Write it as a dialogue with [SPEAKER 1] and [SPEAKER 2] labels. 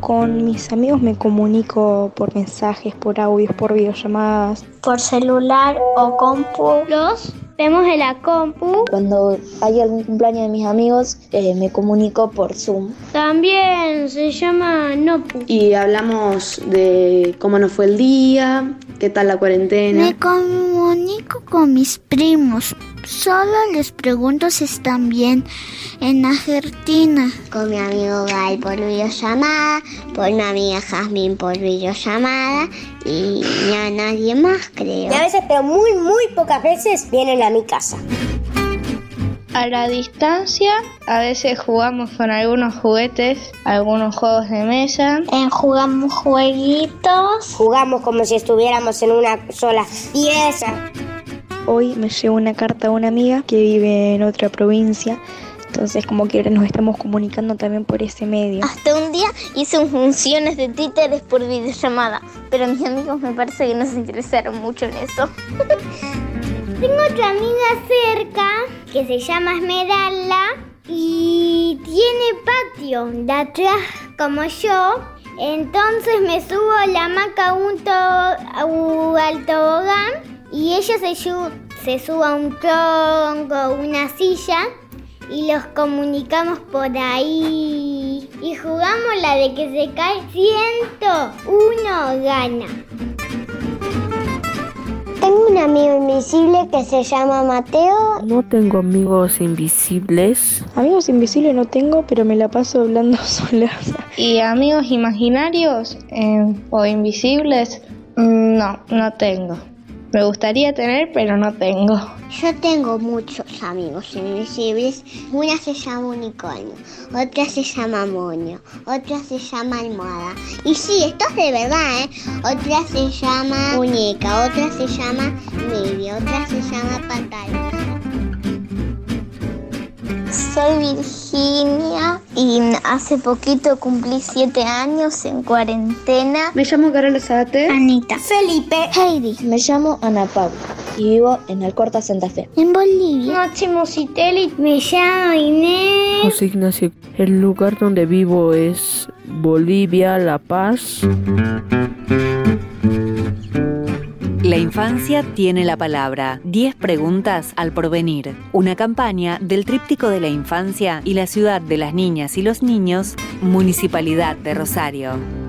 [SPEAKER 1] Con mis amigos me comunico por mensajes, por audios, por videollamadas.
[SPEAKER 2] Por celular o compu.
[SPEAKER 3] Los vemos en la compu.
[SPEAKER 4] Cuando hay algún cumpleaños de mis amigos, eh, me comunico por Zoom.
[SPEAKER 3] También se llama Nopu.
[SPEAKER 5] Y hablamos de cómo nos fue el día, qué tal la cuarentena.
[SPEAKER 6] Me comunico con mis primos. Solo les pregunto si están bien en Argentina.
[SPEAKER 7] Con mi amigo Gal por videollamada, por mi amiga Jazmín por videollamada y a nadie más creo.
[SPEAKER 8] Y a veces, pero muy, muy pocas veces vienen a mi casa.
[SPEAKER 9] A la distancia, a veces jugamos con algunos juguetes, algunos juegos de mesa.
[SPEAKER 2] Eh, jugamos jueguitos.
[SPEAKER 8] Jugamos como si estuviéramos en una sola pieza.
[SPEAKER 1] Hoy me llegó una carta de una amiga que vive en otra provincia. Entonces como que nos estamos comunicando también por ese medio.
[SPEAKER 4] Ah.
[SPEAKER 10] Hasta un día hice funciones de títeres por videollamada, pero mis amigos me parece que no se interesaron mucho en eso.
[SPEAKER 3] Tengo otra amiga cerca que se llama Esmeralda y tiene patio de atrás como yo. Entonces me subo a la hamaca un to al tobogán y ella se, se sube a un tronco, una silla y los comunicamos por ahí. Y jugamos la de que se cae 101 gana.
[SPEAKER 2] Tengo un amigo invisible que se llama Mateo.
[SPEAKER 11] No tengo amigos invisibles.
[SPEAKER 1] Amigos invisibles no tengo, pero me la paso hablando sola.
[SPEAKER 9] ¿Y amigos imaginarios eh, o invisibles? Mm, No, no tengo. Me gustaría tener, pero no tengo.
[SPEAKER 7] Yo tengo muchos amigos invisibles. Una se llama unicornio, otra se llama moño, otra se llama almohada. Y sí, esto es de verdad, ¿eh? Otra se llama muñeca, otra se llama media, otra se llama pantalla.
[SPEAKER 10] Soy Virginia y hace poquito cumplí siete años en cuarentena.
[SPEAKER 5] Me llamo Carol Zate.
[SPEAKER 2] Anita.
[SPEAKER 8] Felipe.
[SPEAKER 4] Heidi. Me llamo Ana Pau y vivo en Alcorta, Santa Fe.
[SPEAKER 6] En Bolivia.
[SPEAKER 3] Máximo Citelli. Me llamo Inés.
[SPEAKER 11] José Ignacio. El lugar donde vivo es Bolivia, La Paz.
[SPEAKER 12] La infancia tiene la palabra. 10 preguntas al porvenir. Una campaña del Tríptico de la Infancia y la Ciudad de las Niñas y los Niños, Municipalidad de Rosario.